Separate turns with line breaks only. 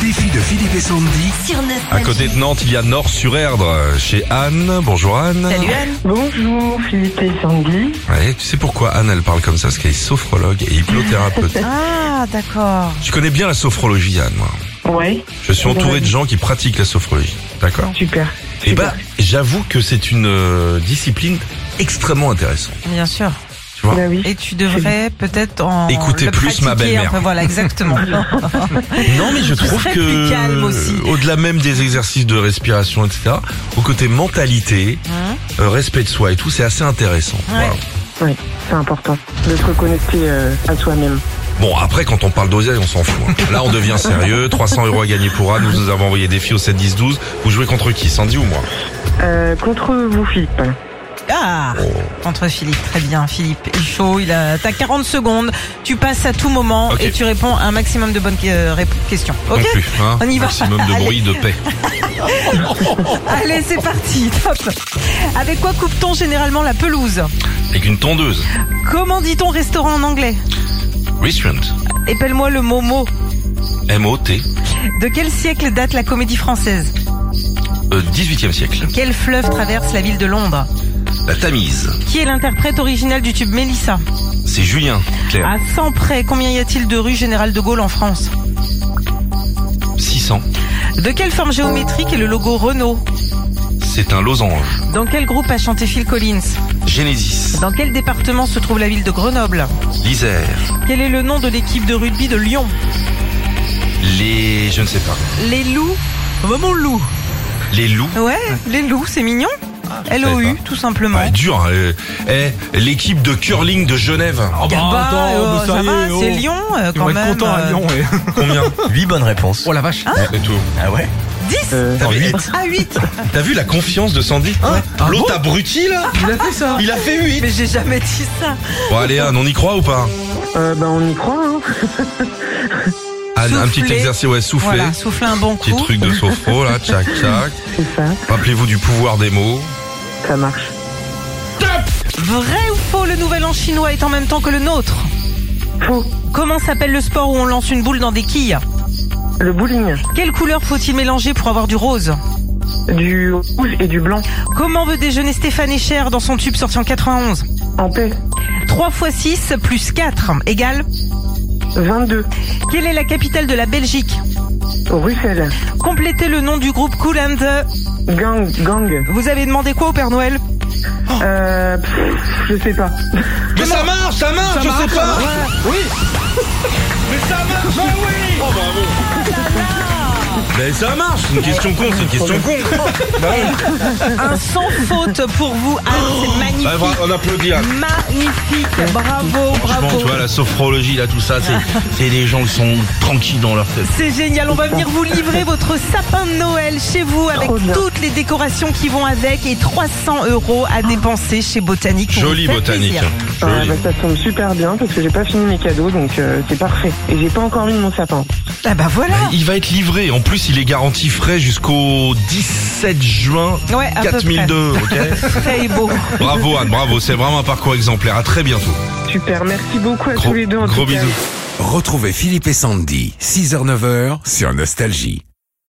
défi de Philippe et Sandy
sur
À côté de Nantes, il y a Nord-sur-Erdre, chez Anne. Bonjour Anne.
Salut Anne.
Bonjour Philippe et Sandy.
Ouais, tu sais pourquoi Anne, elle parle comme ça Parce qu'elle est sophrologue et hypnothérapeute.
Ah, d'accord.
Je connais bien la sophrologie, Anne, moi.
Ouais,
Je suis entouré de gens qui pratiquent la sophrologie. D'accord
super.
Eh ben, j'avoue que c'est une euh, discipline extrêmement intéressante.
Bien sûr.
Tu vois
Bah oui.
Et tu devrais peut-être en
Écoutez
le
plus
pratiquer
ma belle-mère.
un peu. Voilà, exactement.
Non, mais je
Tu
trouve
serais
que
plus calme aussi.
au-delà même des exercices de respiration, etc., au côté mentalité,
Hein
euh, respect de soi et tout, c'est assez intéressant. Voilà.
Ouais, c'est important de se reconnecter euh, à soi-même.
Bon, après, quand on parle d'oseille, on s'en fout. hein. Là, on devient sérieux. 300 euros à gagner pour Anne. Nous, nous avons envoyé des filles au 7-10-12. Vous jouez contre qui Sandy ou moi
Euh, contre vous Philippe.
Ah, contre Philippe. Très bien, Philippe. Il est chaud. Il a. T'as 40 secondes. Tu passes à tout moment
Ok.
et tu réponds à un maximum de bonnes euh, rép- questions.
Non
Ok.
plus. Hein
On y va.
Maximum de
Allez.
bruit, de paix.
Allez, c'est parti. Top. Avec quoi coupe-t-on généralement la pelouse
Avec une tondeuse.
Comment dit-on restaurant en anglais
Restaurant.
Épelle-moi le mot mot.
M-O-T.
De quel siècle date la comédie française
Euh, 18e siècle.
Quel fleuve traverse la ville de Londres
La Tamise.
Qui est l'interprète original du tube Mélissa
C'est Julien. Claire.
À 100 près, combien y a-t-il de rues Général de Gaulle en France Ah.
600.
De quelle forme géométrique est le logo Renault
C'est un losange.
Dans quel groupe a chanté Phil Collins
Genesis.
Dans quel département se trouve la ville de Grenoble
L'Isère.
Quel est le nom de l'équipe de rugby de Lyon
Les... Je ne sais pas.
Les loups
Oh,
Maman loup
Les loups.
Ouais, les loups, c'est mignon
Ah,
je savais
LOU,
pas.
tout simplement.
Ouais, dur. hein. Euh, Eh, l'équipe de curling de Genève.
Ah bah,
Bah,
attends,
euh,
mais
ça
ça y
va,
est, oh.
c'est Lyon euh,
Ils
quand
vont
même.
être contents à
euh,
Lyon. ouais.
Combien Oh
8 bonnes réponses.
la vache.
C'est tout.
Ah ouais
10
Euh,
T'as vu-
à 8
Ah. T'as vu la confiance de Sandy L'autre abruti, là
Il a fait ça.
Il a fait 8
Mais j'ai jamais dit ça
Bon allez Anne, on y croit ou pas
euh, bah, on y croit. Hein.
Anne, un petit
Souffler.
exercice, ouais, souffler.
Voilà, souffler un bon
Petit
coup.
truc de sophro, là, tchac, tchac.
C'est ça,
Rappelez-vous du pouvoir des mots.
ça marche.
Vrai ou faux, le nouvel an chinois est en même temps que le nôtre
Faux.
Comment s'appelle le sport où on lance une boule dans des quilles
Le bowling,
Quelle couleur faut-il mélanger pour avoir du rose
du rouge et du blanc,
Comment veut déjeuner Stéphane Echer dans son tube sorti en 91
en paix.
3 x 6 plus 4 égale
22,
Quelle est la capitale de la Belgique
Russell,
Complétez le nom du groupe Cool and the...
gang, gang.
Vous avez demandé quoi au Père Noël
Oh.
Euh, pff, je sais pas.
Mais ça marche, ça marche, je sais pas Oh, Mais ça marche, c'est une question con, c'est une question con
Un sans faute pour vous, Anne, c'est magnifique
Bah, bra- On applaudit Anne.
Magnifique, bravo,
Franchement,
bravo
tu vois, la sophrologie, là, tout ça, c'est- c'est des gens qui sont tranquilles dans leur tête.
C'est génial, on va venir vous livrer votre sapin de Noël chez vous avec
Trop bien.
toutes les décorations qui vont avec et 300 euros à dépenser chez Botanique. pour
Joli
vous faire
botanique.
plaisir.
Ah,
Joli.
bah, ça tombe super bien parce que j'ai pas fini mes cadeaux donc euh, c'est parfait. Et j'ai pas encore mis mon sapin.
Ah bah voilà
Il va être livré, en plus il est garanti frais jusqu'au 17 juin
Ouais, à peu près.
4002, ok
Très beau.
Bravo Anne, bravo, c'est vraiment un parcours exemplaire, à très bientôt.
Super, merci beaucoup à
Gros,
tous les deux. en
gros
tout cas.
bisous.
Retrouvez Philippe et Sandy, 6h-9h sur Nostalgie.